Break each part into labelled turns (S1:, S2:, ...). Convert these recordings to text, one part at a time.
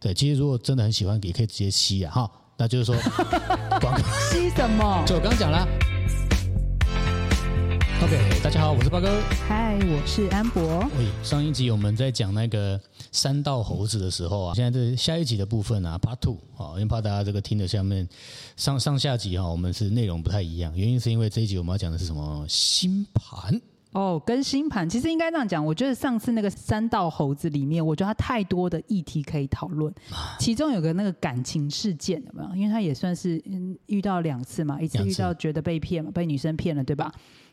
S1: 对，其实如果真的很喜欢，也可以直接吸啊哈。那就是说，广告
S2: 吸什么？
S1: 就我刚讲啦。OK，大家好，我是八哥。
S2: 嗨，我是安博。
S1: 喂，上一集我们在讲那个三道猴子的时候啊，现在这下一集的部分啊，Part Two 啊，因为怕大家这个听的下面上上下集哈、啊我们是内容不太一样，原因是因为这一集我们要讲的是什么星盘。
S2: 哦，跟星盘其实应该这样讲，我觉得上次那个三道猴子里面，我觉得它太多的议题可以讨论，其中有个那个感情事件，有没有？因为他也算是嗯遇到两次嘛，一次
S1: 两
S2: 遇
S1: 次
S2: 到觉得被骗嘛，被女生骗了，对吧？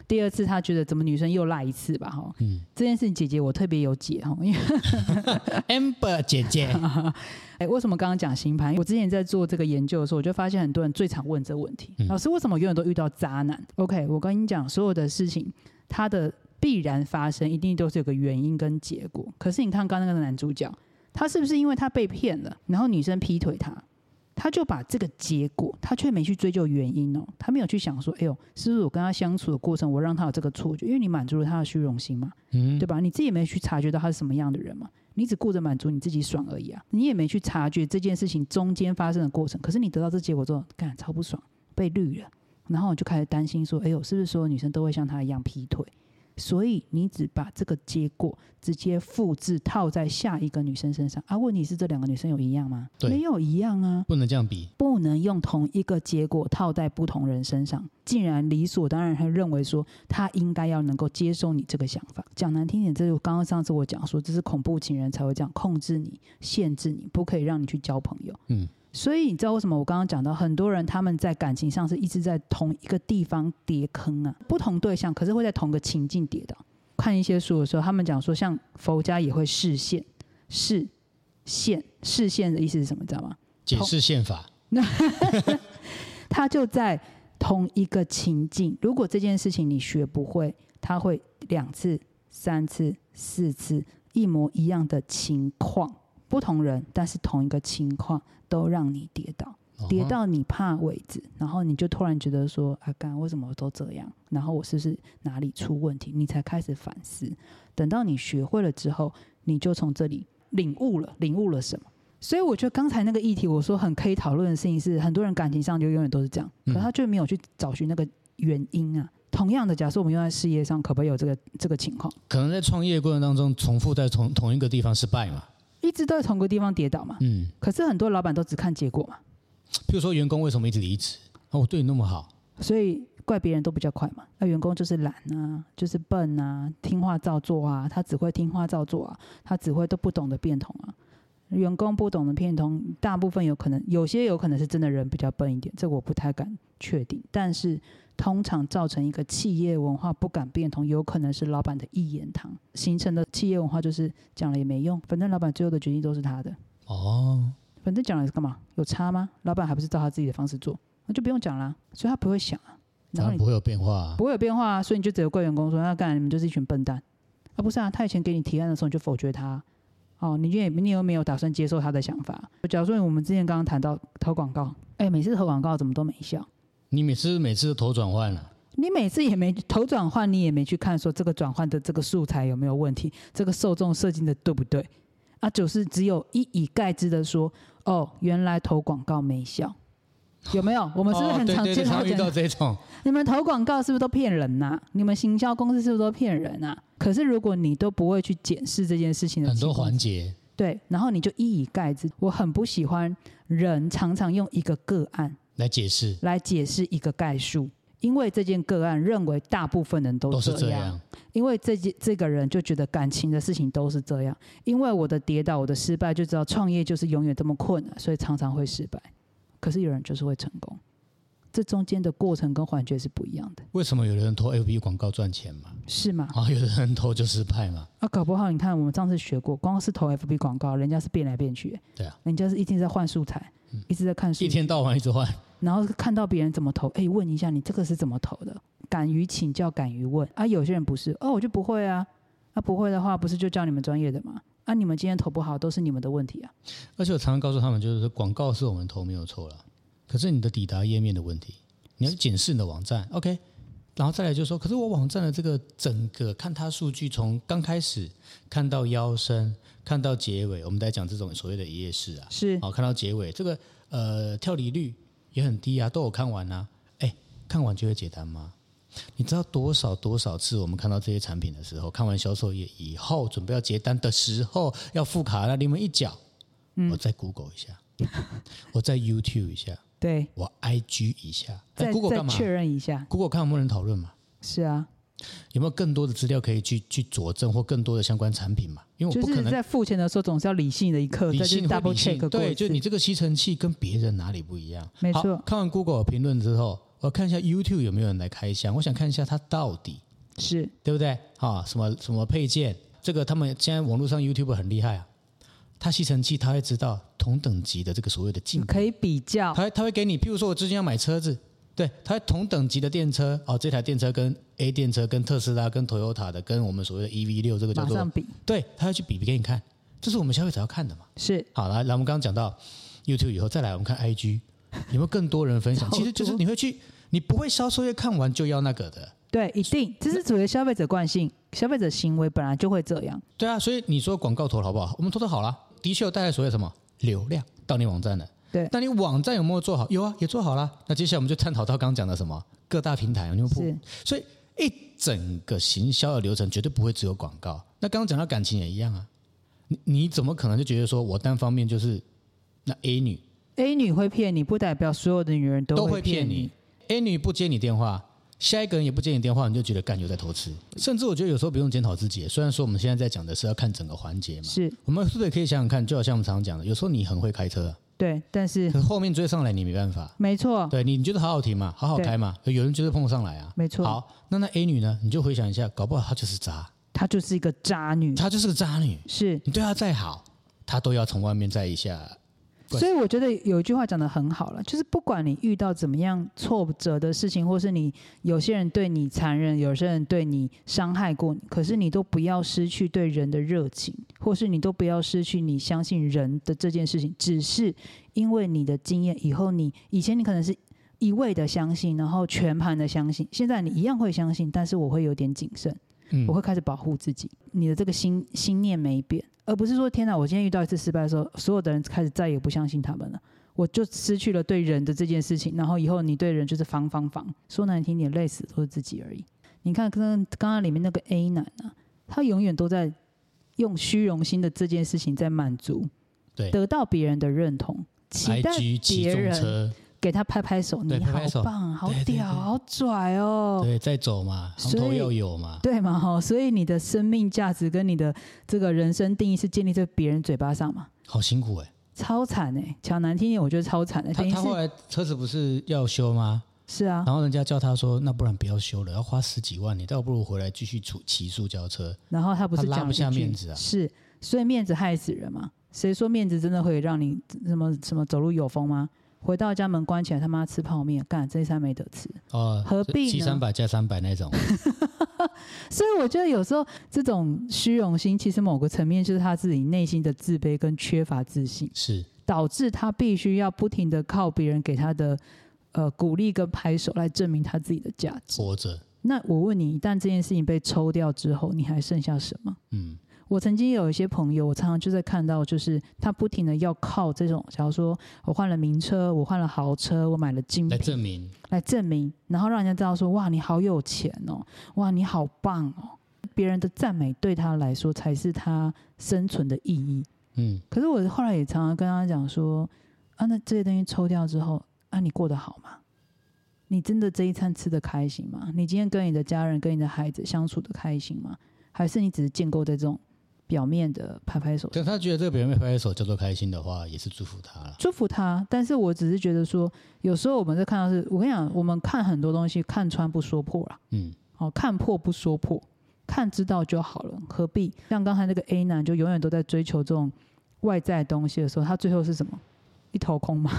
S2: 第二次他觉得怎么女生又赖一次吧，哈，
S1: 嗯
S2: 这件事情姐姐我特别有解哈，因为
S1: ，Amber 姐姐，
S2: 哎，为什么刚刚讲星盘？我之前在做这个研究的时候，我就发现很多人最常问这个问题：
S1: 嗯
S2: 老师，为什么永远都遇到渣男？OK，我跟你讲，所有的事情它的必然发生，一定都是有个原因跟结果。可是你看刚刚那个男主角，他是不是因为他被骗了，然后女生劈腿他？他就把这个结果，他却没去追究原因哦，他没有去想说，哎呦，是不是我跟他相处的过程，我让他有这个错觉？因为你满足了他的虚荣心嘛，
S1: 嗯
S2: 对吧？你自己也没去察觉到他是什么样的人嘛，你只顾着满足你自己爽而已啊，你也没去察觉这件事情中间发生的过程。可是你得到这结果之后，干超不爽，被绿了，然后我就开始担心说，哎呦，是不是所有女生都会像他一样劈腿？所以你只把这个结果直接复制套在下一个女生身上啊？问题是这两个女生有一样吗？
S1: 对
S2: 没有一样啊。
S1: 不能这样比，
S2: 不能用同一个结果套在不同人身上，竟然理所当然，他认为说他应该要能够接受你这个想法。讲难听点，这就刚刚上次我讲说，这是恐怖情人才会这样控制你、限制你，不可以让你去交朋友。
S1: 嗯，
S2: 所以你知道为什么我刚刚讲到很多人他们在感情上是一直在同一个地方跌坑啊，不同对象，可是会在同个情境跌倒。看一些书的时候，他们讲说，像佛家也会视线、视线、视线的意思是什么？你知道吗？
S1: 解释宪法，
S2: 它就在同一个情境。如果这件事情你学不会，它会两次、三次、四次，一模一样的情况，不同人，但是同一个情况都让你跌倒。跌
S1: 哦
S2: 到你怕为止，然后你就突然觉得说：“啊，干，为什么我都这样？然后我是不是哪里出问题？”你才开始反思。等到你学会了之后，你就从这里领悟了，领悟了什么？所以我觉得刚才那个议题，我说很可以讨论的事情是，很多人感情上就永远都是这样，可
S1: 嗯
S2: 他却没有去找寻那个原因啊。同样的，假设我们用在事业上，可不可以有这个这个情况？
S1: 可能在创业过程当中，重复在同同一个地方失败嘛。
S2: 一直都在同个地方跌倒嘛？
S1: 嗯，
S2: 可是很多老板都只看结果嘛，
S1: 譬如说员工为什么一直离职？哦，我对你那么好，
S2: 所以怪别人都比较快嘛。那员工就是懒啊，就是笨啊，听话照做啊，他只会听话照做啊，他只会都不懂得变通啊。员工不懂得变通，大部分有可能，有些有可能是真的人比较笨一点，这我不太敢确定。但是通常造成一个企业文化不敢变通，有可能是老板的一言堂形成的企业文化，就是讲了也没用，反正老板最后的决定都是他的。
S1: 哦，
S2: 反正讲了是干嘛？有差吗？老板还不是照他自己的方式做，那就不用讲啦、所以他不会想啊。然
S1: 当
S2: 后
S1: 然
S2: 你
S1: 不会有变化、啊。
S2: 不会有变化啊，所以你就只有怪员工说，那干你们就是一群笨蛋啊！不是啊，他以前给你提案的时候你就否决他，哦，你也你又没有打算接受他的想法。假如说我们之前刚刚谈到投广告，哎，每次投广告怎么都没效，
S1: 你每次每次都头转换了、
S2: 你每次也没投转换，你也没去看说这个转换的这个素材有没有问题，这个受众设计的对不对啊？就是只有一以概之的说，哦，原来投广告没效。有没有？我们是不是
S1: 哦
S2: 很
S1: 对
S2: 常
S1: 对
S2: 见
S1: 对
S2: 到
S1: 常遇
S2: 这样
S1: 到这种？
S2: 你们投广告是不是都骗人呐、你们行销公司是不是都骗人啊？可是如果你都不会去检视这件事情的
S1: 很多
S2: 情况
S1: 环节，
S2: 对，然后你就一以概之。我很不喜欢人常常用一个个案
S1: 来解释
S2: 来解释一个概述，因为这件个案认为大部分人都
S1: 都是
S2: 这
S1: 这
S2: 样，
S1: 样。
S2: 因为这件这个人就觉得感情的事情都是这样，因为我的跌倒，我的失败，就知道创业就是永远这么困难，所以常常会失败。可是有人就是会成功，这中间的过程跟环节是不一样的，
S1: 为什么有的人投 FB 广告赚钱嘛？
S2: 是吗？
S1: 啊，有的人投就失败嘛？
S2: 啊，搞不好你看，我们上次学过，光是投 FB 广告，人家是变来变去，
S1: 对啊，嗯
S2: 人家是一天在换素材，一直在看数
S1: 一
S2: 据，
S1: 天到晚一直换，
S2: 然后看到别人怎么投，哎，问一下你这个是怎么投的，敢于请教，敢于问啊。有些人不是，哦，我就不会啊，啊，不会的话，不是就叫你们专业的嘛？啊，你们今天投不好，都是你们的问题啊。
S1: 而且我常常告诉他们，就是说广告是我们投没有错了，可是你的抵达页面的问题，你要去检视你的网站。OK，然后再来就说，可是我网站的这个整个看它数据，从刚开始看到腰身，看到结尾，我们在讲这种所谓的一页式啊，
S2: 是
S1: 好看到结尾，这个呃跳离率也很低啊，都有看完啊，哎，看完就会解单吗？你知道多少多少次我们看到这些产品的时候，看完销售页以后，准备要结单的时候，要付卡那临门一脚，
S2: 嗯
S1: 我再 Google 一下， 我再 YouTube 一下，
S2: 对，
S1: 我 IG 一下，哎
S2: 再
S1: Google
S2: 再
S1: 干嘛
S2: 确认一下，
S1: ？Google 看有没有人讨论嘛？
S2: 是啊，
S1: 有没有更多的资料可以去去佐证或更多的相关产品嘛？因为我
S2: 就
S1: 不可
S2: 是
S1: 能
S2: 在付钱的时候总是要理性的一刻，
S1: 理
S2: 再去
S1: 性或
S2: double
S1: 理性，
S2: check 过一
S1: 对，
S2: 次
S1: 就你这个吸尘器跟别人哪里不一样？
S2: 没错
S1: 好看完 Google 评论之后，我看一下 YouTube 有没有人来开箱，我想看一下它到底
S2: 是
S1: 对不对啊？什么什么配件？这个他们现在网络上 YouTube 很厉害啊，它吸尘器它会知道同等级的这个所谓的竞品
S2: 可以比较，
S1: 他他会给你，譬如说我最近要买车子，对，他同等级的电车哦，这台电车跟 A 电车、跟特斯拉、跟 Toyota 的，跟我们所谓的 EV 六这个叫
S2: 马
S1: 做
S2: 上，比
S1: 对，他会去比比给你看，这是我们消费者要看的嘛。
S2: 是
S1: 好，来，来我们刚刚讲到 YouTube 以后，再来我们看 IG 有没有更多人 分享？
S2: 超
S1: 其实就是
S2: 多
S1: 你会去，你不会销售业看完就要那个的，
S2: 对，一定，这是属于消费者惯性，消费者行为本来就会这样，
S1: 对啊，所以你说广告投的好不好？我们投的好啦，的确有带来所谓什么流量到你网站的。
S2: 对
S1: 那你网站有没有做好？有啊，也做好啦。那接下来我们就探讨到刚刚讲的什么各大平台有没有不
S2: 是
S1: 所以一整个行销的流程绝对不会只有广告。那刚刚讲到感情也一样啊，你你怎么可能就觉得说我单方面就是那 A 女
S2: A 女会骗你，不代表所有的女人
S1: 都
S2: 会
S1: 会骗
S2: 你
S1: 你。，A 女不接你电话，下一个人也不接你电话，你就觉得干又在偷吃。甚至我觉得有时候不用检讨自己，虽然说我们现在在讲的是要看整个环节嘛，
S2: 是
S1: 我们是不是也可以想想看？就好像我们常常讲的，有时候你很会开车啊、
S2: 对，但是
S1: 可是后面追上来你没办法。
S2: 没错，
S1: 对你，你就是好好停嘛，好好开嘛，有人就是碰上来啊。
S2: 没错
S1: 好，那那 A 女呢？你就回想一下，搞不好她就是渣，
S2: 她就是一个渣女，
S1: 她就是个渣女。
S2: 是。
S1: 你对她再好，她都要从外面再一下。对
S2: 所以我觉得有一句话讲的很好了，就是不管你遇到怎么样挫折的事情，或是你有些人对你残忍，有些人对你伤害过你，可是你都不要失去对人的热情，或是你都不要失去你相信人的这件事情。只是因为你的经验，以后你以前你可能是一味的相信，然后全盘的相信，现在你一样会相信，但是我会有点谨慎。
S1: 嗯
S2: 我，会开始保护自己。你的这个心心念没变，而不是说天哪，我今天遇到一次失败的时候，所有的人开始再也不相信他们了，我就失去了对人的这件事情。然后以后你对人就是防防防，说难听点，累死都是自己而已。你看，跟刚刚里面那个 A 男啊，他永远都在用虚荣心的这件事情在满足，
S1: 对
S2: 得到别人的认同，期待
S1: IG 骑
S2: 别
S1: 重
S2: 人
S1: 车，
S2: 给他拍拍手，
S1: 对
S2: 你
S1: 拍
S2: 好
S1: 拍手
S2: 棒，好
S1: 对对对
S2: 屌，好拽哦，
S1: 对，再走嘛，行头
S2: 所以
S1: 要有嘛。
S2: 对嘛哈，所以你的生命价值跟你的这个人生定义是建立在别人嘴巴上嘛，
S1: 好辛苦哎、
S2: 超惨哎、讲难听点，我觉得超惨的、
S1: 他
S2: 等于
S1: 他后
S2: 是
S1: 来车子不是要修吗？
S2: 是啊，
S1: 然后人家叫他说，那不然不要修了，要花十几万，你倒不如回来继续骑骑塑胶车。
S2: 然后他不是
S1: 他拉
S2: 讲
S1: 不
S2: 一
S1: 下
S2: 句
S1: 面子啊
S2: 是，所以面子害死人嘛。谁说面子真的会让你什么什么走路有风吗？回到家门关起来，他妈吃泡面，干这一餐没得吃。
S1: 哦，
S2: 何必呢
S1: 七三百加三百那种？
S2: 所以我觉得有时候这种虚荣心，其实某个层面就是他自己内心的自卑跟缺乏自信。
S1: 是
S2: 导致他必须要不停的靠别人给他的呃鼓励跟拍手来证明他自己的价值。
S1: 活着，
S2: 那我问你，一旦这件事情被抽掉之后，你还剩下什么？
S1: 嗯，
S2: 我曾经有一些朋友，我常常就在看到，就是他不停的要靠这种，假如说我换了名车，我换了豪车，我买了精
S1: 来
S2: 品，
S1: 证明
S2: 来证明，然后让人家知道说，哇，你好有钱哦，哇，你好棒哦。别人的赞美对他来说才是他生存的意义。
S1: 嗯，
S2: 可是我后来也常常跟他讲说，啊，那这些东西抽掉之后，啊，你过得好吗？你真的这一餐吃的开心吗？你今天跟你的家人、跟你的孩子相处的开心吗？还是你只是建构在这种表面的拍拍手？
S1: 可他觉得这个表妹拍拍手叫做开心的话，也是祝福他了。
S2: 祝福他，但是我只是觉得说，有时候我们在看到是，我跟你讲，我们看很多东西，看穿不说破啦，
S1: 嗯，
S2: 哦，看破不说破，看知道就好了，何必像刚才那个 A 男就永远都在追求这种外在的东西的时候，他最后是什么？一头空嘛，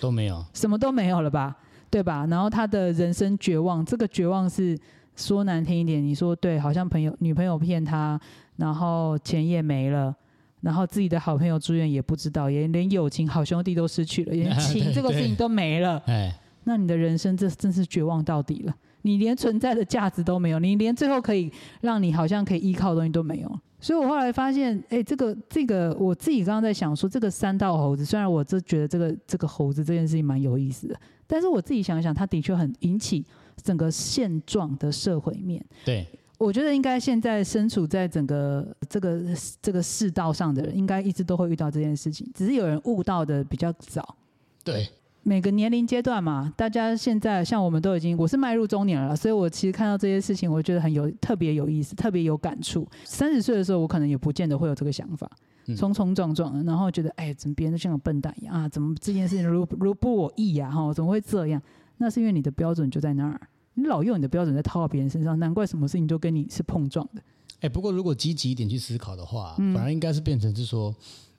S1: 都没有，
S2: 什么都没有了吧，对吧？然后他的人生绝望，这个绝望是说难听一点，你说对，好像朋友女朋友骗他，然后钱也没了。然后自己的好朋友住院也不知道，也连友情、好兄 弟都失去了，连情
S1: 对
S2: 这个事情
S1: 对
S2: 都没了。
S1: 哎，
S2: 那你的人生这真是绝望到底了。你连存在的价值都没有，你连最后可以让你好像可以依靠的东西都没有。所以我后来发现，哎、这个这个，我自己刚刚在想说，这个三道猴子，虽然我这觉得这个这个猴子这件事情蛮有意思的，但是我自己想一想，它的确很引起整个现状的社会面。
S1: 对，
S2: 我觉得应该现在身处在整个这个这个世道上的人，应该一直都会遇到这件事情，只是有人悟到的比较早。
S1: 对，
S2: 每个年龄阶段嘛，大家现在像我们都已经，我是迈入中年了啦，所以我其实看到这些事情，我觉得很有特别有意思，特别有感触。三十岁的时候，我可能也不见得会有这个想法
S1: 嗯，
S2: 冲冲撞撞的，然后觉得哎，怎么别人都像个笨蛋一样啊？怎么这件事情如如不我意呀、哈，怎么会这样？那是因为你的标准就在那儿，你老用你的标准在套到别人身上，难怪什么事情都跟你是碰撞的。
S1: 哎、不过如果积极一点去思考的话，反而应该是变成是说，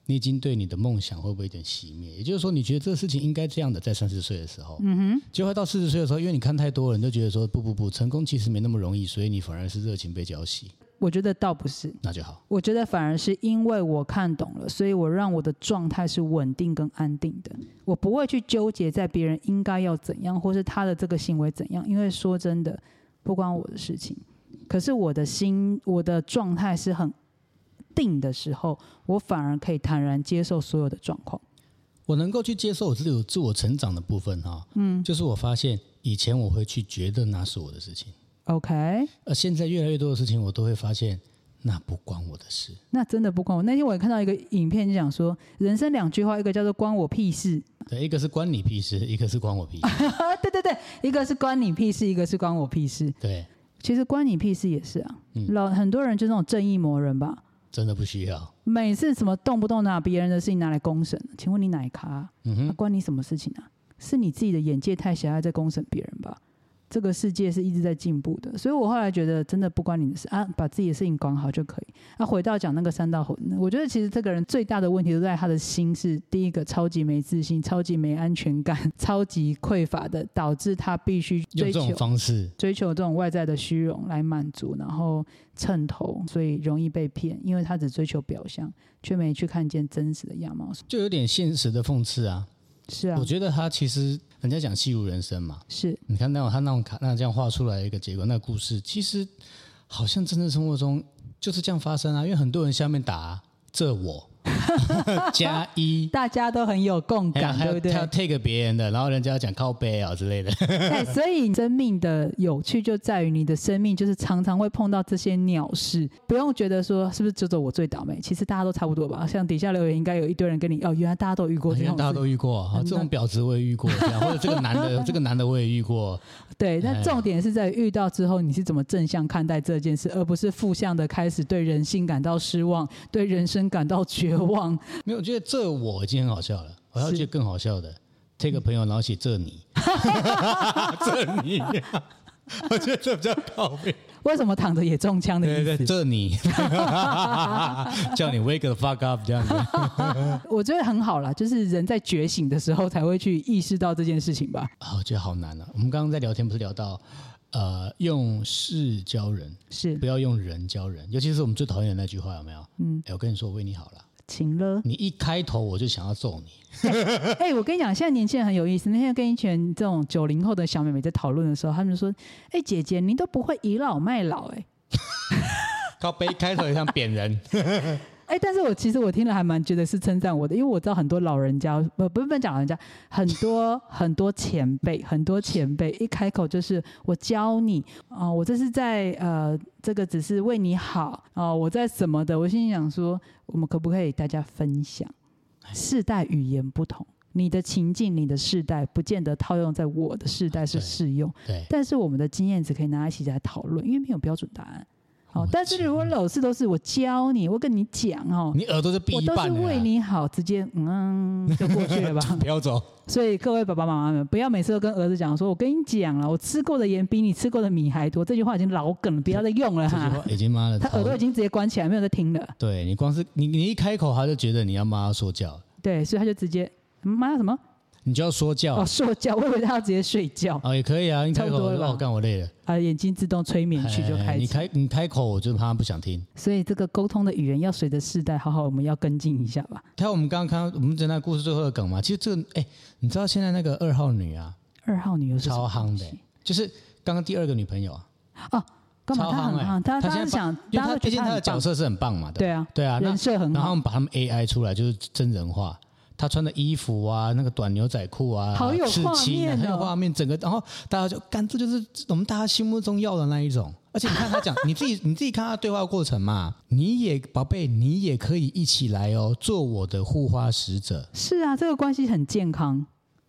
S1: 你已经对你的梦想会不会有点熄灭？也就是说，你觉得这个事情应该这样的，在三十岁的时候，嗯哼，结果到四十岁的时候，因为你看太多了，你就觉得说，不不不，成功其实没那么容易，所以你反而是热情被浇熄，
S2: 我觉得倒不是，
S1: 那就好。
S2: 我觉得反而是因为我看懂了，所以我让我的状态是稳定跟安定的，我不会去纠结在别人应该要怎样，或是他的这个行为怎样，因为说真的，不关我的事情。可是我的心，我的状态是很定的时候，我反而可以坦然接受所有的状况。
S1: 我能够去接受我自己有自我成长的部分哈、嗯，就是我发现以前我会去觉得那是我的事情，
S2: OK，
S1: 而现在越来越多的事情，我都会发现那不关我的事。
S2: 那真的不关我。那天我也看到一个影片，就讲说人生两句话，一个叫做“关我屁事”，
S1: 对，一个是关你屁事，一个是关我屁事。
S2: 啊，对对对，一个是关你屁事，一个是关我屁事。
S1: 对，
S2: 其实关你屁事也是啊，
S1: 嗯
S2: 老很多人就那种正义魔人吧，
S1: 真的不需要。
S2: 每次什么动不动拿别人的事情拿来公审，请问你哪一咖、
S1: 嗯哼
S2: 啊，关你什么事情啊？是你自己的眼界太狭隘，在公审别人吧？这个世界是一直在进步的，所以我后来觉得真的不关你的事啊，把自己的事情管好就可以。啊，回到讲那个三道猴，我觉得其实这个人最大的问题都在他的心是第一个超级没自信、超级没安全感、 超级匮乏的，导致他必须
S1: 用
S2: 追
S1: 这
S2: 求
S1: 种方式，
S2: 追求这种外在的虚荣来满足，然后衬头，所以容易被骗，因为他只追求表象，却没去看见真实的样貌。
S1: 就有点现实的讽刺啊。
S2: 是啊
S1: 我，觉得他其实人家讲戏如人生嘛，
S2: 是
S1: 你看那种他那种卡那这样画出来一个结果，那个故事其实好像真正生活中就是这样发生啊。因为很多人下面打、这 我加一。
S2: 大家都很有共
S1: 还要哎
S2: 感，
S1: 还
S2: 对
S1: 要
S2: 不
S1: 他
S2: 对
S1: 要？take 别人的，然后人家要讲靠背啊之类的，
S2: 对，所以生命的有趣就在于你的生命就是常常会碰到这些鸟事，不用觉得说是不是只有我最倒霉，其实大家都差不多吧。像底下留言应该有一堆人跟你哦，原来大家都遇过这
S1: 因为
S2: 种
S1: 大家
S2: 事
S1: 都遇过，啊
S2: 嗯
S1: 这种婊子我也遇过，这样或者这个男 的，这个男的我也遇过，
S2: 对，那
S1: 哎
S2: 重点是在遇到之后，你是怎么正向看待这件事，而不是负向的开始对人性感到失望，对人生感到绝望。
S1: 没有，我觉得这我已经很好笑了，我要
S2: 是
S1: 觉得更好笑的，take 朋友然后写这 你，这你、 我觉得这比较搞 面。
S2: 为什么躺着也中枪的
S1: 对
S2: 意思？
S1: 对对，这你， 叫你 wake the fuck up 这样子。
S2: 我觉得很好啦，就是人在觉醒的时候才会去意识到这件事情吧。
S1: 啊，我觉得好难啊。我们刚刚在聊天不是聊到，呃，用事教人，
S2: 是
S1: 不要用人教人，尤其是我们最讨厌的那句话，有没有？嗯，哎，我跟你说，我为你好了。
S2: 晴了。
S1: 你一开头我就想要 揍你，
S2: 哎、我跟你讲，现在年轻人很有意思。那天跟一群这种九零后的小妹妹在讨论的时候，他们就说：“哎、姐姐，你都不会倚老卖老、哎。
S1: 靠背一开头也想扁 人，
S2: 哎、但是我其实我听了还蛮觉得是称赞我的，因为我知道很多老人家，不不不讲老人家，很多很多前辈，很多前辈一开口就是我教你啊、我这是在呃这个只是为你好啊、我在什么的，我心里想说，我们可不可以大家分享？世代语言不同，你的情境、你的世代，不见得套用在我的世代是
S1: 对
S2: 适用。
S1: 对，
S2: 但是我们的经验只可以拿一起来讨论，因为没有标准答案。好、
S1: 我
S2: 但是如果老师都是我教你，我跟你讲哦，
S1: 你耳朵就闭
S2: 我
S1: 一
S2: 都是
S1: 半了啊
S2: 为你好，直接嗯就过去了吧。
S1: 不要走。
S2: 所以各位爸爸妈妈们，不要每次都跟儿子讲说，我跟你讲了，我吃过的盐比你吃过的米还多，这句话已经老梗了，不要再用 了
S1: 这 句
S2: 哈
S1: 话。已经哎妈的
S2: 他耳
S1: 讨
S2: 朵已经直接关起来，没有在听了。
S1: 对你光是你你一开口，他就觉得你要骂他说教，
S2: 对，所以他就直接妈要什么
S1: 你就要说教
S2: 哦
S1: 啊、
S2: 睡觉，我以为他要直接睡觉
S1: 哦也可以啊。一开
S2: 差不
S1: 口
S2: 多了吧
S1: 哦，干我累了，
S2: 啊，眼睛自动催眠曲就
S1: 哎
S2: 开
S1: 你
S2: 启。
S1: 开你开口，我就怕他不想听。
S2: 所以这个沟通的语言要随着世代，好好我们要跟进一下吧。
S1: 还有我们刚刚看到我们在那故事最后的梗嘛，其实这个哎，你知道现在那个二号女啊，
S2: 二号女又是什么
S1: 超夯
S2: 东
S1: 的
S2: 西，
S1: 就是刚刚第二个女朋友啊，
S2: 哦，干嘛？
S1: 超
S2: 他
S1: 夯
S2: 很
S1: 欸
S2: 夯，
S1: 他
S2: 他大家
S1: 现在
S2: 想，
S1: 因为
S2: 大家
S1: 他
S2: 会
S1: 毕
S2: 觉得
S1: 竟
S2: 他
S1: 他的
S2: 很
S1: 角
S2: 棒，
S1: 色是很棒嘛的，
S2: 对啊，
S1: 对啊，那
S2: 人设很
S1: 然后
S2: 好
S1: 他，们把他们 AI 出来，就是真人化。他穿的衣服啊，那个短牛仔裤啊，
S2: 好有
S1: 刺青啊
S2: 画面哦
S1: 很有画面。整个，然后大家就干，这就是我们大家心目中要的那一种。而且你看他讲，你自己你自己看他对话过程嘛，你也宝贝，你也可以一起来哦，做我的护花使者。
S2: 是啊，这个关系很健康，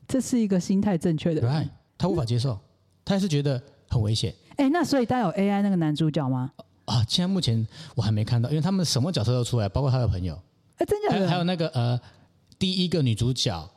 S2: 这是一个心态正确的人。
S1: Right，他无法接受，他还是觉得很危险
S2: 哎、那所以大家有 AI 那个男主角吗？
S1: 啊。现在目前我还没看到，因为他们什么角色都出来，包括他的朋友，
S2: 哎、真假
S1: 还有还有
S2: 的？
S1: 那个呃，第一个女主角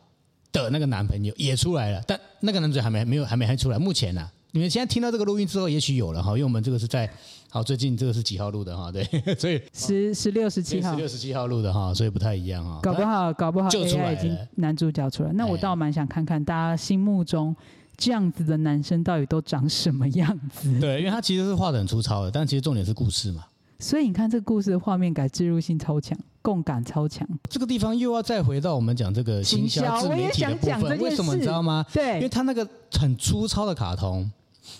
S1: 的那个男朋友也出来了，但那个男主角还没没有还没还出来，目前呢、啊。你们现在听到这个录音之后，也许有了哈，因为我们这个是在好最近这个是几号录的哈，对， 所以
S2: 十十六、十七
S1: 十
S2: 号，
S1: 六十七号录的哈，所以不太一样啊哈。
S2: 搞不好搞不好
S1: 就出来
S2: AI 已
S1: 了
S2: 经男主角出来。那我
S1: 哎
S2: 倒蛮想看看大家心目中这样子的男生到底都长什么样子。
S1: 对，因为他其实是画的很粗糙的，但其实重点是故事嘛。
S2: 所以你看这故事的画面感、植入性超强，共感超强。
S1: 这个地方又要再回到我们讲这个行
S2: 行销
S1: 销自
S2: 我也
S1: 媒体的
S2: 想
S1: 部
S2: 讲这
S1: 分，为
S2: 件
S1: 什么你
S2: 事
S1: 知道吗？因为
S2: 对，
S1: 他那个很粗糙的卡通，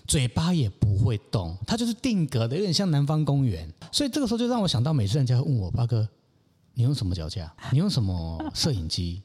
S1: 嘴巴也不会动，它就是定格的，有点像南方公园。所以这个时候就让我想到，每次人家会问我八哥，你用什么脚 架？你用什么摄影机？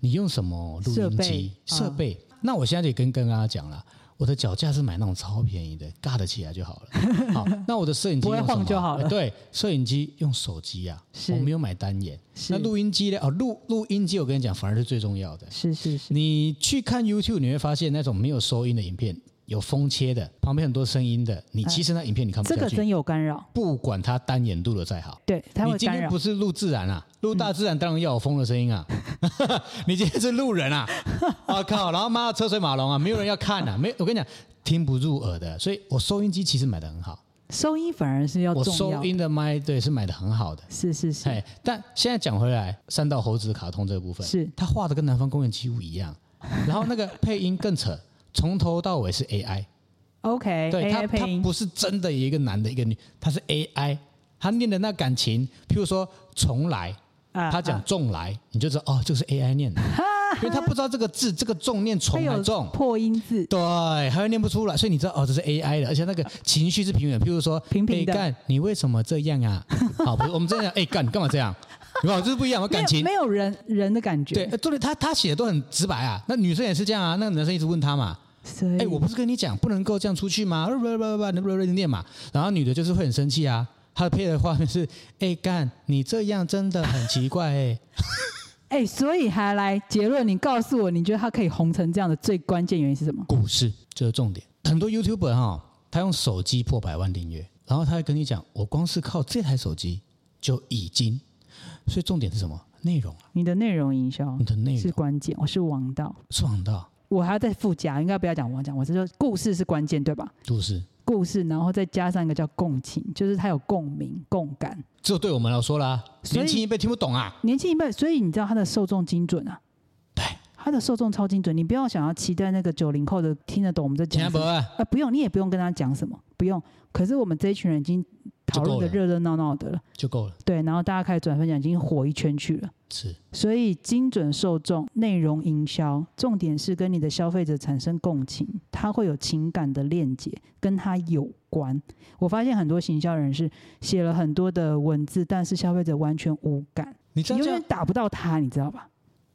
S1: 你用什么录音机
S2: 设备啊
S1: 设备？那我现在就跟跟大家讲了。我的脚架是买那种超便宜的，尬得起来就好 了。好，那我的摄影机
S2: 不会
S1: 用什
S2: 晃
S1: 么
S2: 就好了
S1: 哎对，摄影机用手机啊，
S2: 是
S1: 我没有买单眼。
S2: 是
S1: 那录音机呢？哦，录录音机我跟你讲，反而是最重要的。
S2: 是是是，
S1: 你去看 YouTube，你会发现那种没有收音的影片，有风切的，旁边很多声音的，你其实那影片你看不
S2: 这
S1: 下
S2: 个
S1: 去。
S2: 真有干扰。
S1: 不管它单眼录的再好，
S2: 对，他
S1: 你
S2: 会
S1: 今
S2: 干
S1: 天
S2: 扰
S1: 不。是录自然啊，录大自然当然要有风的声音啊。
S2: 嗯
S1: 你今天是路人啊，我、靠！然后妈的车水马龙啊，没有人要看啊，没我跟你讲，听不入耳的。所以我收音机其实买的很好，
S2: 收音反而是要
S1: 我
S2: 重要
S1: 收
S2: 的。
S1: 音的麦对是买的很好的。
S2: 是是是，
S1: 哎，但现在讲回来，三道猴子的卡通这个部分，
S2: 是
S1: 他画的跟南方公园几乎一样，然后那个配音更扯， 从头到尾是 AI，
S2: OK，
S1: 对他
S2: AI
S1: 他
S2: 配音
S1: 不是真的一个男的一个女，他是 AI，他念的那感情，譬如说重来，
S2: 啊
S1: 他讲
S2: 啊
S1: 重来，你就知道哦，这个是 AI 念的， 因为他不知道这个字这个重念
S2: 它
S1: 重还
S2: 有
S1: 重。
S2: 破音字，
S1: 对，还会念不出来，所以你知道哦，这是 AI 的，而且那 个情绪是平稳，譬如说，
S2: 平平的
S1: 哎干，你为什么这样啊？好，不是我们这 样，哎干，你干嘛这样？有没有？这是不一样，有
S2: 没
S1: 感
S2: 有
S1: 情。
S2: 没有人人的感觉。
S1: 对，呃重点他他写的都很直白啊，那女生也是这样啊，那个男生一直问他嘛，
S2: 所
S1: 哎、
S2: 以
S1: 我不是跟你讲不能够这样出去吗？ 不不不不不不念嘛，然后女的就是会很生气啊，她配的画面是，哎、干，你这样真的很奇怪哎、
S2: 哎、所以还来结论，你告诉我，你觉得他可以红成这样的最关键原因是什么？
S1: 股市这是重点。很多 YouTuber 哈、他用手机破百万订阅，然后他会跟你讲，我光是靠这台手机就已经，所以重点是什么？内容啊，
S2: 你的内容营销
S1: 你的嗯内
S2: 是
S1: 容
S2: 关键，我是王道，
S1: 是王道
S2: 我还要再附加，应该不要讲王讲，我是说故事是关键，对吧？
S1: 故事，
S2: 故事，然后再加上一个叫共情，就是它有共鸣、共感。
S1: 这对我们来说啦，
S2: 所以
S1: 年轻一辈听不懂啊。
S2: 年轻一辈，所以你知道他的受众精准啊，
S1: 对，
S2: 他的受众超精准，你不要想要期待那个九零后的听得懂我们在
S1: 钱
S2: 讲什
S1: 伯
S2: 么，
S1: 啊，
S2: 啊，不用，你也不用跟他讲什么，不用。可是我们这一群人已经讨论的
S1: 就够了
S2: 热热闹闹的了，
S1: 就够了，
S2: 对，然后大家开始转分享，已经火一圈去了。
S1: 是
S2: 所以精准受众、内容营销，重点是跟你的消费者产生共情，他会有情感的链接，跟他有关。我发现很多行销人士写了很多的文字，但是消费者完全无感，
S1: 你这样
S2: 你永
S1: 这
S2: 远
S1: 样
S2: 打不到他，你知道吧？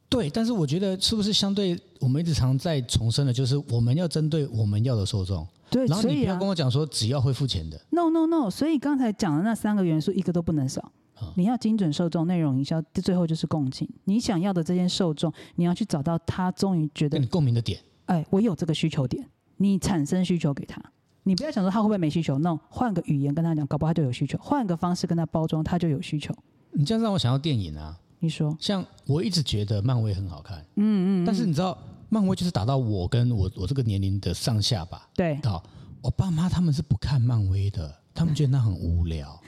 S1: 对，但是我觉得是不是相对我们一直常在重申的，就是我们要针对我们要的受众，
S2: 对，
S1: 然后
S2: 所
S1: 你
S2: 以
S1: 不要
S2: 啊
S1: 跟我讲说只要会付钱的，
S2: ，no no no，所以刚才讲的那三个元素一个都不能少
S1: 啊。
S2: 你要精准受众、内容营销，最后就是共情。你想要的这些受众，你要去找到他终于觉得
S1: 跟你共鸣的点，
S2: 哎，我有这个需求点，你产生需求给他，你不要想说他会不会没需求，no，换个语言跟他讲，搞不好他就有需求，换个方式跟他包装，他就有需求。
S1: 你这样让我想到电影啊，
S2: 你说
S1: 像我一直觉得漫威很好看，嗯嗯但是你知道，漫威就是打到我跟我我这个年龄的上下吧。
S2: 对，
S1: 好，我爸妈他们是不看漫威的，他们觉得那很无 聊，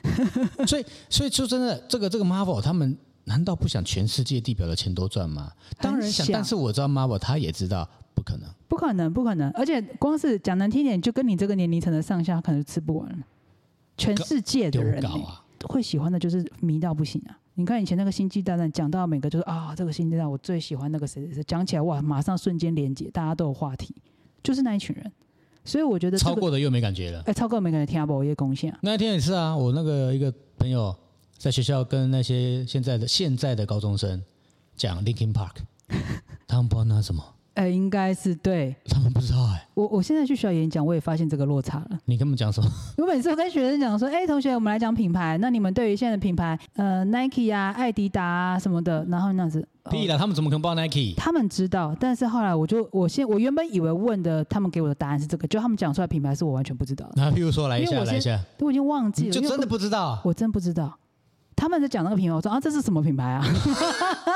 S1: 所以所以说真的，这个这个 Marvel 他们难道不想全世界地表的钱都赚吗？当然想，
S2: 很想
S1: 但是我知道 Marvel 他也知道不可能。
S2: 不可能，不可能，而且光是讲难听点，就跟你这个年龄层的上下，可能就吃不完了。全世界的
S1: 丢
S2: 人、
S1: 搞
S2: 欸
S1: 啊！
S2: 会喜欢的，就是迷到不行啊！你看以前那个《星际大战》，讲到每个就是啊，这个《星际大战》我最喜欢那个谁谁谁，讲起来哇，马上瞬间连接，大家都有话题，就是那一群人。所以我觉得、这
S1: 超
S2: 个，
S1: 过的又没感觉了。
S2: 哎，超过每个人听不，我也贡献啊。
S1: 那一天也是啊，我那个一个朋友在学校跟那些现在的现在的高中生讲 Linkin Park，他 们不知道那是什么，
S2: 哎，应该是对
S1: 他们不知道哎、
S2: 我，我现在去学校演讲，我也发现这个落差了。
S1: 你跟我们讲什么？
S2: 我每次都跟学生讲说，哎，同学，我们来讲品牌，那你们对于现在的品牌，呃，Nike 啊、艾迪达啊什么的，然后那样子，哦
S1: 屁啦，他们怎么可能报 Nike？
S2: 他们知道，但是后来我就我先我原本以为问的他们给我的答案是这个，就他们讲出来品牌是我完全不知道的，
S1: 那譬如说来一
S2: 因为
S1: 下，
S2: 我
S1: 来一下，
S2: 我已经忘记
S1: 你
S2: 了，
S1: 嗯就
S2: 因为
S1: 真的不知道。
S2: 我真不知道。他们在讲那个品牌，我说啊，这是什么品牌啊？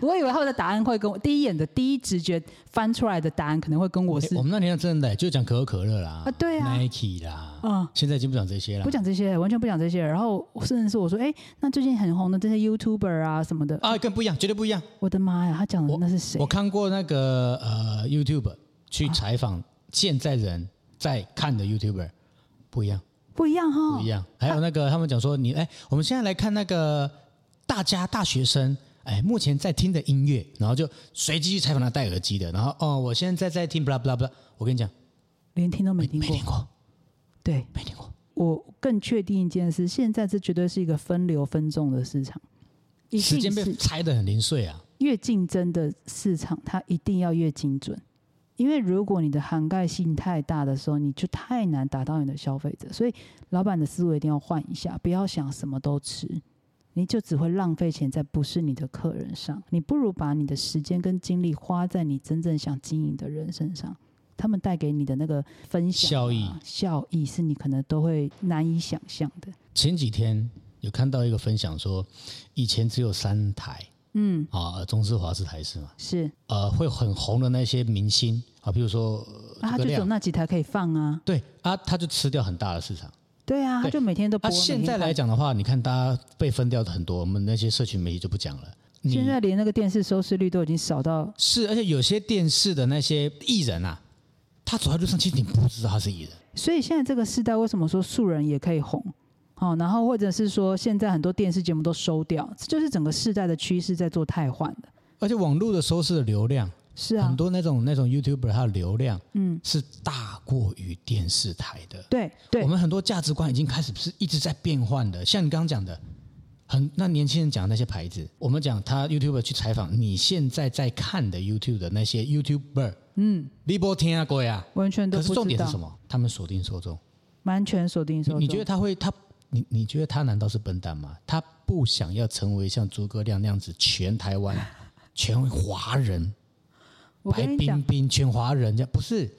S2: 我以为他们的答案会跟我第一眼的第一直觉翻出来的答案可能会跟我
S1: 诶
S2: 是
S1: 哎我们那年真的、就讲可口可乐啦，
S2: 啊对啊
S1: ，Nike 啦，
S2: 嗯
S1: 现在已经不讲这些了
S2: 不。讲这些，完全不讲这些。然后甚至是我说，哎、那最近很红的这些 YouTuber 啊什么的，
S1: 啊，更不一样，绝对不一样。
S2: 我的妈呀，他讲的那是谁啊
S1: 我？看过那个呃 YouTube 去采访现在人在看的 YouTuber，不一样，
S2: 不一样
S1: 不
S2: 哈
S1: 一，样。还有那个他们讲说你哎，我们现在来看那个大家大学生。哎，目前在听的音乐，然后就随机去采访他戴耳机的，然后哦，我现在在听，blah blah blah，我跟你讲，
S2: 连听都没听
S1: 没
S2: 过
S1: 听。过，
S2: 对
S1: 没听过，
S2: 我更确定一件事，现在这绝对是一个分流分众的市场，一
S1: 时
S2: 定
S1: 间被
S2: 是
S1: 拆的很零碎啊。
S2: 越竞争的市场，它一定要越精准。因为如果你的涵盖性太大的时候，你就太难达到你的消费者。所以，老板的思路一定要换一下，不要想什么都吃，你就只会浪费钱在不是你的客人上。你不如把你的时间跟精力花在你真正想经营的人身上，他们带给你的那个分享、啊、
S1: 效益，
S2: 效益是你可能都会难以想象的。
S1: 前几天有看到一个分享说，以前只有三台
S2: 嗯，
S1: 啊，中视、华视、台视嘛，
S2: 是
S1: 呃，会很红的那些明星啊，比如说、呃
S2: 啊，他
S1: 诸葛
S2: 就只有
S1: 亮，
S2: 那几台可以放啊。
S1: 对啊，他就吃掉很大的市场。
S2: 对啊，他就每天都播。
S1: 啊，
S2: 每天
S1: 现在
S2: 看
S1: 来讲的话，你看大家被分掉的很多，我们那些社群媒体就不讲了。
S2: 现
S1: 你
S2: 在连那个电视收视率都已经少到，
S1: 是，而且有些电视的那些艺人啊，他走在路上，其实你不知道他是艺人。
S2: 所以现在这个时代，为什么说素人也可以红？哦，然后或者是说，现在很多电视节目都收掉，这就是整个世代的趋势在做汰换的。
S1: 而且网络的收视的流量，
S2: 是啊
S1: 很，多那种那种 YouTuber 他的流量
S2: 嗯，
S1: 是大过于电视台的。
S2: 对对
S1: 我，们很多价值观已经开始是一直在变换的。像你刚刚讲的，很那年轻人讲的那些牌子，我们讲他 YouTube 去采访你现在在看的 YouTube 的那些 YouTuber，
S2: 嗯，
S1: 你不听啊过呀？
S2: 完全都
S1: 可
S2: 不知
S1: 是
S2: 道。
S1: 重点是什么？他们锁定受众，
S2: 完全锁定受
S1: 你你
S2: 众。
S1: 觉得他会他你你觉得他难道是笨蛋吗？他不想要成为像诸葛亮那样子，全台 湾、全华人、
S2: 我
S1: 白
S2: 跟你
S1: 冰
S2: 讲，
S1: 冰、全华人这样，不是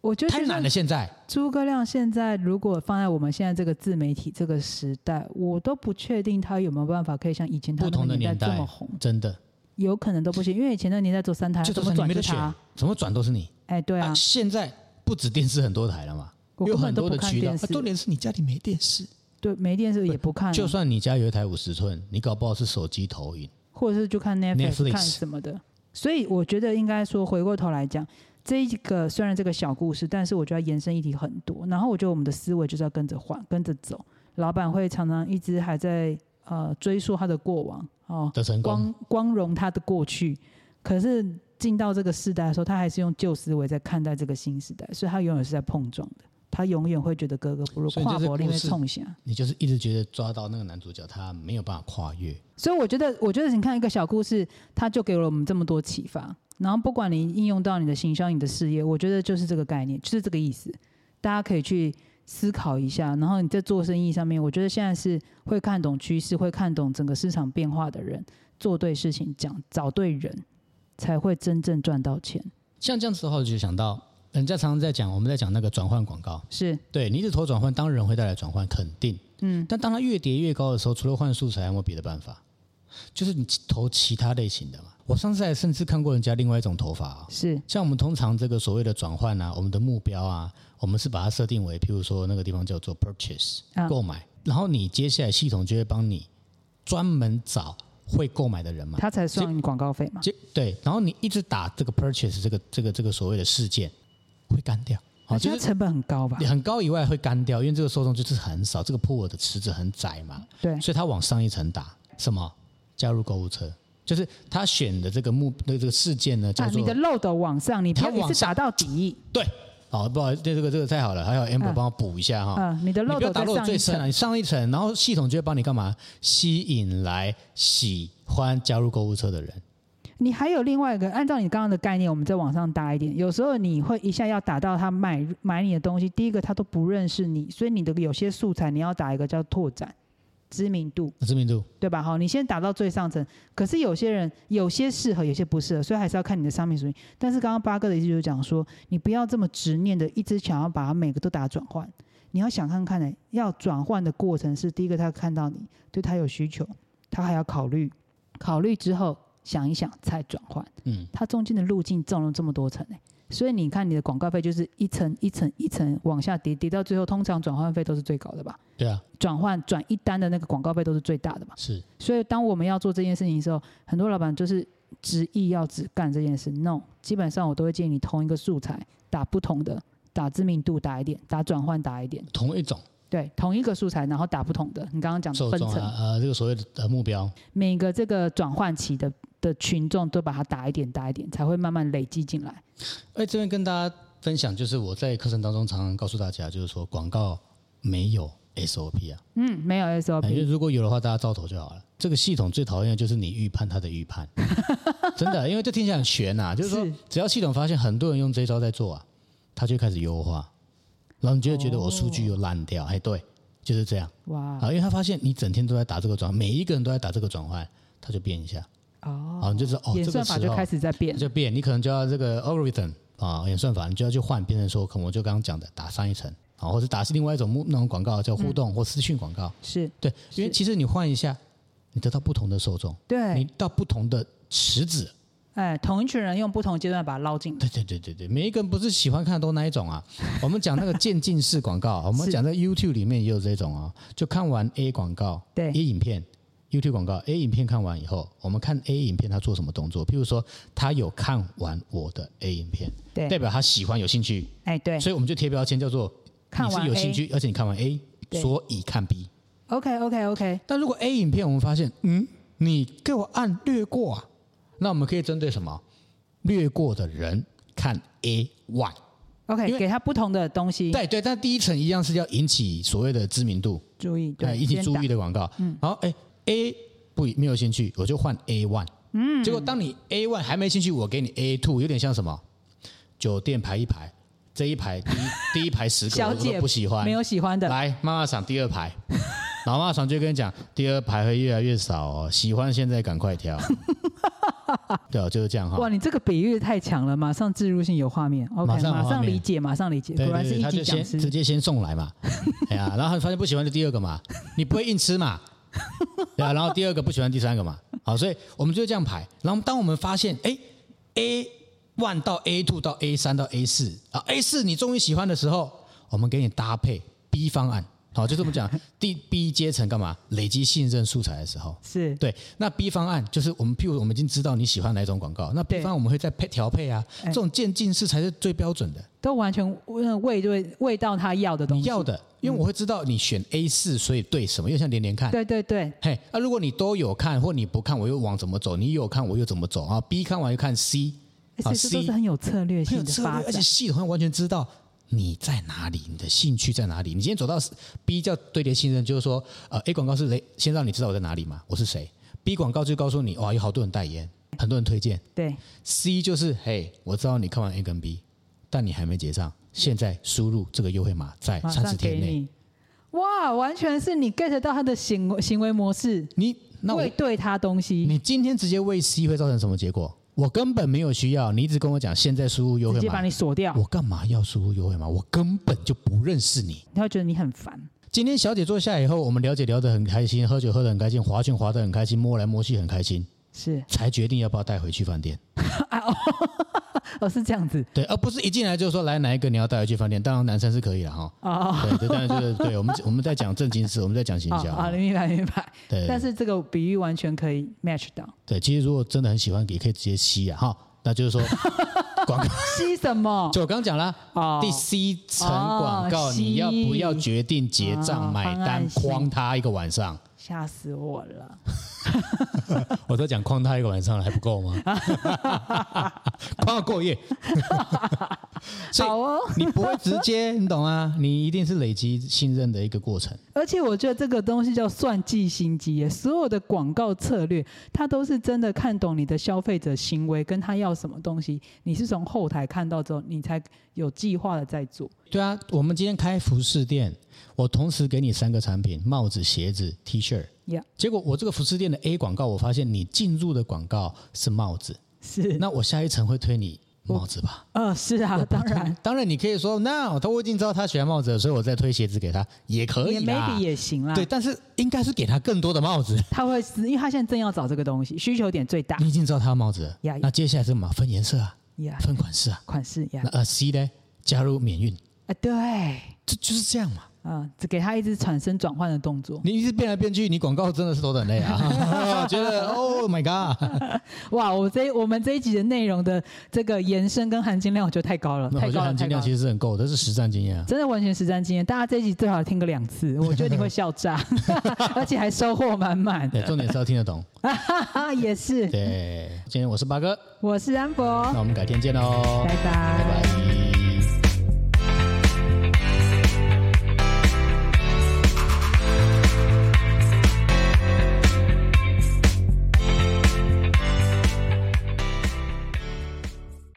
S2: 我觉得
S1: 太
S2: 就
S1: 难了。
S2: 算
S1: 现在
S2: 诸葛亮现在如果放在我们现在这个自媒体这个时代，我都不确定他有没有办法可以像以前他
S1: 不
S2: 那
S1: 同
S2: 个
S1: 的
S2: 年
S1: 年
S2: 代这
S1: 代
S2: 么红，
S1: 真的
S2: 有可能都不行，因为以前那个年代做三台，
S1: 就
S2: 哎怎
S1: 是
S2: 么
S1: 你
S2: 转
S1: 没得
S2: 就他
S1: 选？，怎么转都是你。
S2: 哎，对啊，
S1: 现在不止电视很多台了嘛，
S2: 我
S1: 有
S2: 根
S1: 很
S2: 本都
S1: 多
S2: 不
S1: 的
S2: 看
S1: 渠道。
S2: 电
S1: 啊
S2: 视，哎
S1: 重点是你家里没电视，
S2: 对，没电视也不看啊，
S1: 就算你家有一台五十寸，你搞不好是手机投影。
S2: 或者是就看
S1: Netflix
S2: Netflix 看什么的。所以我觉得应该说，回过头来讲，这一个虽然这个小故事，但是我觉得延伸议题很多。然后我觉得我们的思维就是要跟着换，跟着走。老板会常常一直还在呃追溯他的过往哦，
S1: 的成功
S2: 光光荣他的过去，可是进到这个时代的时候，他还是用旧思维在看待这个新时代，所以他永远是在碰撞的，他永远会觉得格格不入，
S1: 所以这
S2: 跨
S1: 是
S2: 博另
S1: 故
S2: 外
S1: 事
S2: 冲下。
S1: 你就是一直觉得抓到那个男主角，他没有办法跨越。
S2: 所以我觉得，我觉得你看一个小故事，它就给了我们这么多启发。然后不管你应用到你的行销、你的事业，我觉得就是这个概念，就是这个意思。大家可以去思考一下。然后你在做生意上面，我觉得现在是会看懂趋势、会看懂整个市场变化的人，做对事情、讲找对人，才会真正赚到钱。
S1: 像这样子的话，我就想到人家常常在讲，我们在讲那个转换广告，
S2: 是，
S1: 对你一直投转换，当然会带来转换，肯定。
S2: 嗯，
S1: 但当它越叠越高的时候，除了换素材，还有没有别的办法？就是你投其他类型的嘛。我上次还甚至看过人家另外一种投法、哦，
S2: 是，
S1: 像我们通常这个所谓的转换啊，我们的目标啊，我们是把它设定为，譬如说那个地方叫做 purchase
S2: 啊
S1: 购买，然后你接下来系统就会帮你专门找会购买的人嘛，
S2: 他才算你广告费嘛。
S1: 就对，然后你一直打这个 purchase 这个这个这个所谓的事件会干掉，
S2: 而
S1: 啊，
S2: 且
S1: 就
S2: 它
S1: 是
S2: 成本很高吧
S1: 你？很高以外会干掉，因为这个受众就是很少，这个 pool 的池子很窄嘛，
S2: 对，
S1: 所以它往上一层打什么加入购物车，就是他选的这个目那这个事件呢
S2: 啊
S1: 叫，做
S2: 你的漏斗往上，你不
S1: 它
S2: 要一
S1: 往
S2: 次
S1: 上
S2: 打到底。
S1: 对，好，不好意思，这这个这个太好了，还有 amber
S2: 嗯
S1: 帮我补一下哈。
S2: 嗯，你的
S1: 你
S2: 漏
S1: 不要
S2: 斗
S1: 打
S2: 在
S1: 入
S2: 上
S1: 最
S2: 一
S1: 深
S2: 层
S1: 啊，你上一层，然后系统就会帮你干嘛？吸引来喜欢加入购物车的人。
S2: 你还有另外一个，按照你刚刚的概念，我们再往上搭一点。有时候你会一下要打到他买买你的东西，第一个他都不认识你，所以你的有些素材你要打一个叫拓展知名度，
S1: 知名度，
S2: 对吧？好，你先打到最上层。可是有些人有些适合，有些不适合，所以还是要看你的商品属性。但是刚刚八哥的意思就是讲说，你不要这么执念的一直想要把它每个都打转换。你要想看看呢、要转换的过程是第一个，他看到你对他有需求，他还要考虑，考虑之后想一想再转换。
S1: 嗯，
S2: 它中间的路径纵了这么多层、欸、所以你看你的广告费就是一层一层一层往下跌，跌到最后，通常转换费都是最高的吧？
S1: 对啊，
S2: 转换转一单的那个广告费都是最大的吧？
S1: 是
S2: 所以当我们要做这件事情的时候，很多老板就是执意要只干这件事。No，基本上我都会建议你同一个素材打不同的，打知名度打一点，打转换打一点，
S1: 同一种
S2: 对，同一个素材然后打不同的。你刚刚讲
S1: 受
S2: 的分
S1: 众
S2: 层
S1: 啊，，呃，这个所谓的呃目标，
S2: 每个这个转换期的的群众都把它打一点打一点，才会慢慢累积进来。
S1: 哎，这边跟大家分享，就是我在课程当中常常告诉大家，就是说广告没有 SOP 啊，
S2: 嗯，没有
S1: 因为
S2: SOP，
S1: 如果有的话，大家照投就好了。这个系统最讨厌的就是你预判它的预 判，真的，因为这听起来很悬呐、就是说
S2: 是
S1: 只要系统发现很多人用这一招在做啊，它就开始优化，然后你就会觉得我数据又烂掉，哎、对，就是这样
S2: 哇
S1: 啊，因为他发现你整天都在打这个转，每一个人都在打这个转换，他就变一下，
S2: 哦，
S1: 啊，你就知道哦，
S2: 演
S1: 这个
S2: 算
S1: 时
S2: 法
S1: 候
S2: 就开始在变
S1: 你，就变，你可能就要这个 algorithm 啊，演算法，你就要去换，变成说，可能我就刚刚讲的打上一层啊，或者打另外一种目那种广告叫互动、或私讯广告，
S2: 是
S1: 对，因为
S2: 是
S1: 其实你换一下，你得到不同的受众，你
S2: 对，
S1: 到不同的池子，
S2: 哎，同一群人用不同阶段把它捞进来，
S1: 对对对对对，每一个人不是喜欢看的都那一种啊。 我们讲那个渐进式广告，我们
S2: 是
S1: 讲在 YouTube 里面也有这种啊，就看完 A 广告，
S2: 对
S1: A 影片。YouTube 广告 A 影片看完以后，我们看 A 影片他做什么动作？譬如说，他有看完我的 A 影片，代
S2: 对，
S1: 表他喜欢、有兴趣，
S2: 哎对
S1: 所以我们就贴标签叫做
S2: 看
S1: 你
S2: 完
S1: 是有兴
S2: A
S1: 趣，而且你看完 A，
S2: 对
S1: 所以看 B。
S2: ，OK OK OK，
S1: 但如果 A 影片我们发现，嗯，你给我按略过啊，那我们可以针对什么？略过的人看 A one，因
S2: OK，
S1: 为
S2: 给他不同的东西
S1: 对对，但第一层一样是要引起所谓的知名度，
S2: 注意，
S1: 哎
S2: 对，
S1: 引起
S2: 先
S1: 注
S2: 打
S1: 意的广告。嗯，好，哎 A 不没有兴趣，我就换 A one。嗯，结果当你 A one 还没兴趣，我给你 A two，有点像什么？酒店排一排，这一排第一 第一排十个
S2: 小
S1: 我都
S2: 姐
S1: 不喜欢，
S2: 没有喜欢的，
S1: 来，妈妈赏第二排，然后妈妈赏就跟你讲，第二排会越来越少哦，喜欢现在赶快 挑。对哦，就是这样哈、
S2: 哇，你这个比喻太强了，马上置入性有画面，OK，
S1: 马上有
S2: 马
S1: 画
S2: 上
S1: 面
S2: 理解，马上理解，
S1: 对
S2: 果然
S1: 对
S2: 是
S1: 对，
S2: 一
S1: 他
S2: 级
S1: 就
S2: 讲
S1: 先直
S2: 师，
S1: 接先送来嘛，哎呀，然后发现不喜欢就第二个嘛，你不会硬吃嘛，对啊，然后第二个不喜欢第三个嘛，好，所以我们就这样排。然后当我们发现，哎，A one 到 A two 到 A 三到 A 四啊，A 四你终于喜欢的时候，我们给你搭配 B 方案，好，就这么 讲。第 B 阶层干嘛？累积信任素材的时候，
S2: 是
S1: 对，那 B 方案就是我们，譬如我们已经知道你喜欢哪一种广告，那 B
S2: 对
S1: 方案我们会再配调配啊，
S2: 哎
S1: 这种渐进式才是最标准的。
S2: 都完全嗯喂对喂到他要的东
S1: 你
S2: 西，
S1: 要的，因为我会知道你选 A 四，所以对什么，又像连连看。
S2: 嗯对对对，
S1: 嘿，那、如果你都有看，或你不看，我又往怎么走？你有看，我又怎么走啊？B 看完又看 C，
S2: 哎所
S1: 啊
S2: 以这都
S1: C
S2: 是很有策略
S1: 很
S2: 性
S1: 有
S2: 的
S1: 策略，
S2: 发
S1: 而且
S2: 展，
S1: 系统会完全知道你在哪里，你的兴趣在哪里。你今天走到 B 叫堆叠信任，就是说，呃，A 广告是谁先让你知道我在哪里嘛，我是谁；B 广告就告诉你，哦哇，有好多人代言，很多人推荐
S2: 对，
S1: ；C 就是，嘿，我知道你看完 A 跟 B，但你还没结账，现在输入这个优惠码，在
S2: 马
S1: 三
S2: 上
S1: 十
S2: 给
S1: 天内，
S2: 你。哇，完全是你 get 到他的行为行为模式，
S1: 你那我
S2: 喂对他东西，
S1: 你今天直接喂 C 会造成什么结果？我根本没有需要，你一直跟我讲现在输入优
S2: 直
S1: 惠
S2: 接把
S1: 码，
S2: 你锁掉，
S1: 我干嘛要输入优惠码？我根本就不认识你。
S2: 他会觉得你很烦。
S1: 今天小姐坐下来以后，我们了解聊得很开心，喝酒喝得很开心，划拳划得很开心，摸来摸去很开心，
S2: 是，
S1: 才决定要不要带回去饭店。
S2: 啊哦，哦是这样子
S1: 对，而不是一进来就说来哪一个你要带回去饭店。当然男生是可以了哈。
S2: 哦
S1: 对对，当然就是对我们我们在讲正经事，我们在讲行
S2: 哦
S1: 销。
S2: 哦，明白明白。
S1: 对，
S2: 但是这个比喻完全可以 match 到，
S1: 对，其实如果真的很喜欢，也可以直接吸啊哈。那就是说广告。
S2: 吸什么？
S1: 就我刚刚讲啦，
S2: 哦
S1: 第 C 层广告，
S2: 哦
S1: 你要不要决定结
S2: 哦
S1: 账买
S2: 方
S1: 单
S2: 案？
S1: 框他一个晚上，
S2: 吓死我了！
S1: 我都讲 框他一个晚上了，还不够吗？框到过夜，所以
S2: 好哦，
S1: 你不会直接，你懂吗？你一定是累积信任的一个过程。
S2: 而且我觉得这个东西叫算计心机耶，所有的广告策略，它都是真的看懂你的消费者行为跟他要什么东西，你是从后台看到之后，你才有计划的在做。
S1: 对啊，我们今天开服饰店，我同时给你三个产品：帽子、鞋子、T 恤。
S2: Yeah
S1: 结果我这个服饰店的 A 广告，我发现你进入的广告是帽子，
S2: 是，
S1: 那我下一层会推你帽子吧？
S2: 呃，是 啊，当然，
S1: 当然，你可以说，那我都已经知道他喜欢帽子了，所以我再推鞋子给他也可
S2: 也
S1: 以
S2: maybe
S1: 啦。
S2: 也行啦。
S1: 对，，但是应该是给他更多的帽子。
S2: 他会是，因为他现在正要找这个东西，需求点最大
S1: 你已经知道他的帽子了
S2: Yeah
S1: 那接下来是什么？分颜色啊，
S2: 呀
S1: 分款式啊。
S2: 款式呀
S1: 那，呃 C 呢？加入免运，
S2: 啊，对，
S1: 这就是这样嘛。
S2: 啊，只给他一直产生转换的动作。
S1: 你一直变来变去，你广告真的是头很累啊！ 我觉得 Oh my God，
S2: 哇，我这我们这一集的内容的这个延伸跟含金量，我觉得太高了，
S1: 那我
S2: 太
S1: 觉得
S2: 高了，
S1: 含金
S2: 太高
S1: 量
S2: 了
S1: 其。实是很够的，这是实战经验啊。
S2: 真的完全实战经验，大家这一集最好听个两次，我觉得你会笑炸， 而且还收获满满。
S1: 对，重点是要听得懂。
S2: 啊， 也是，
S1: 对，今天我是八哥，
S2: 我是安博，
S1: 那我们改天见喽，
S2: 拜拜
S1: 拜拜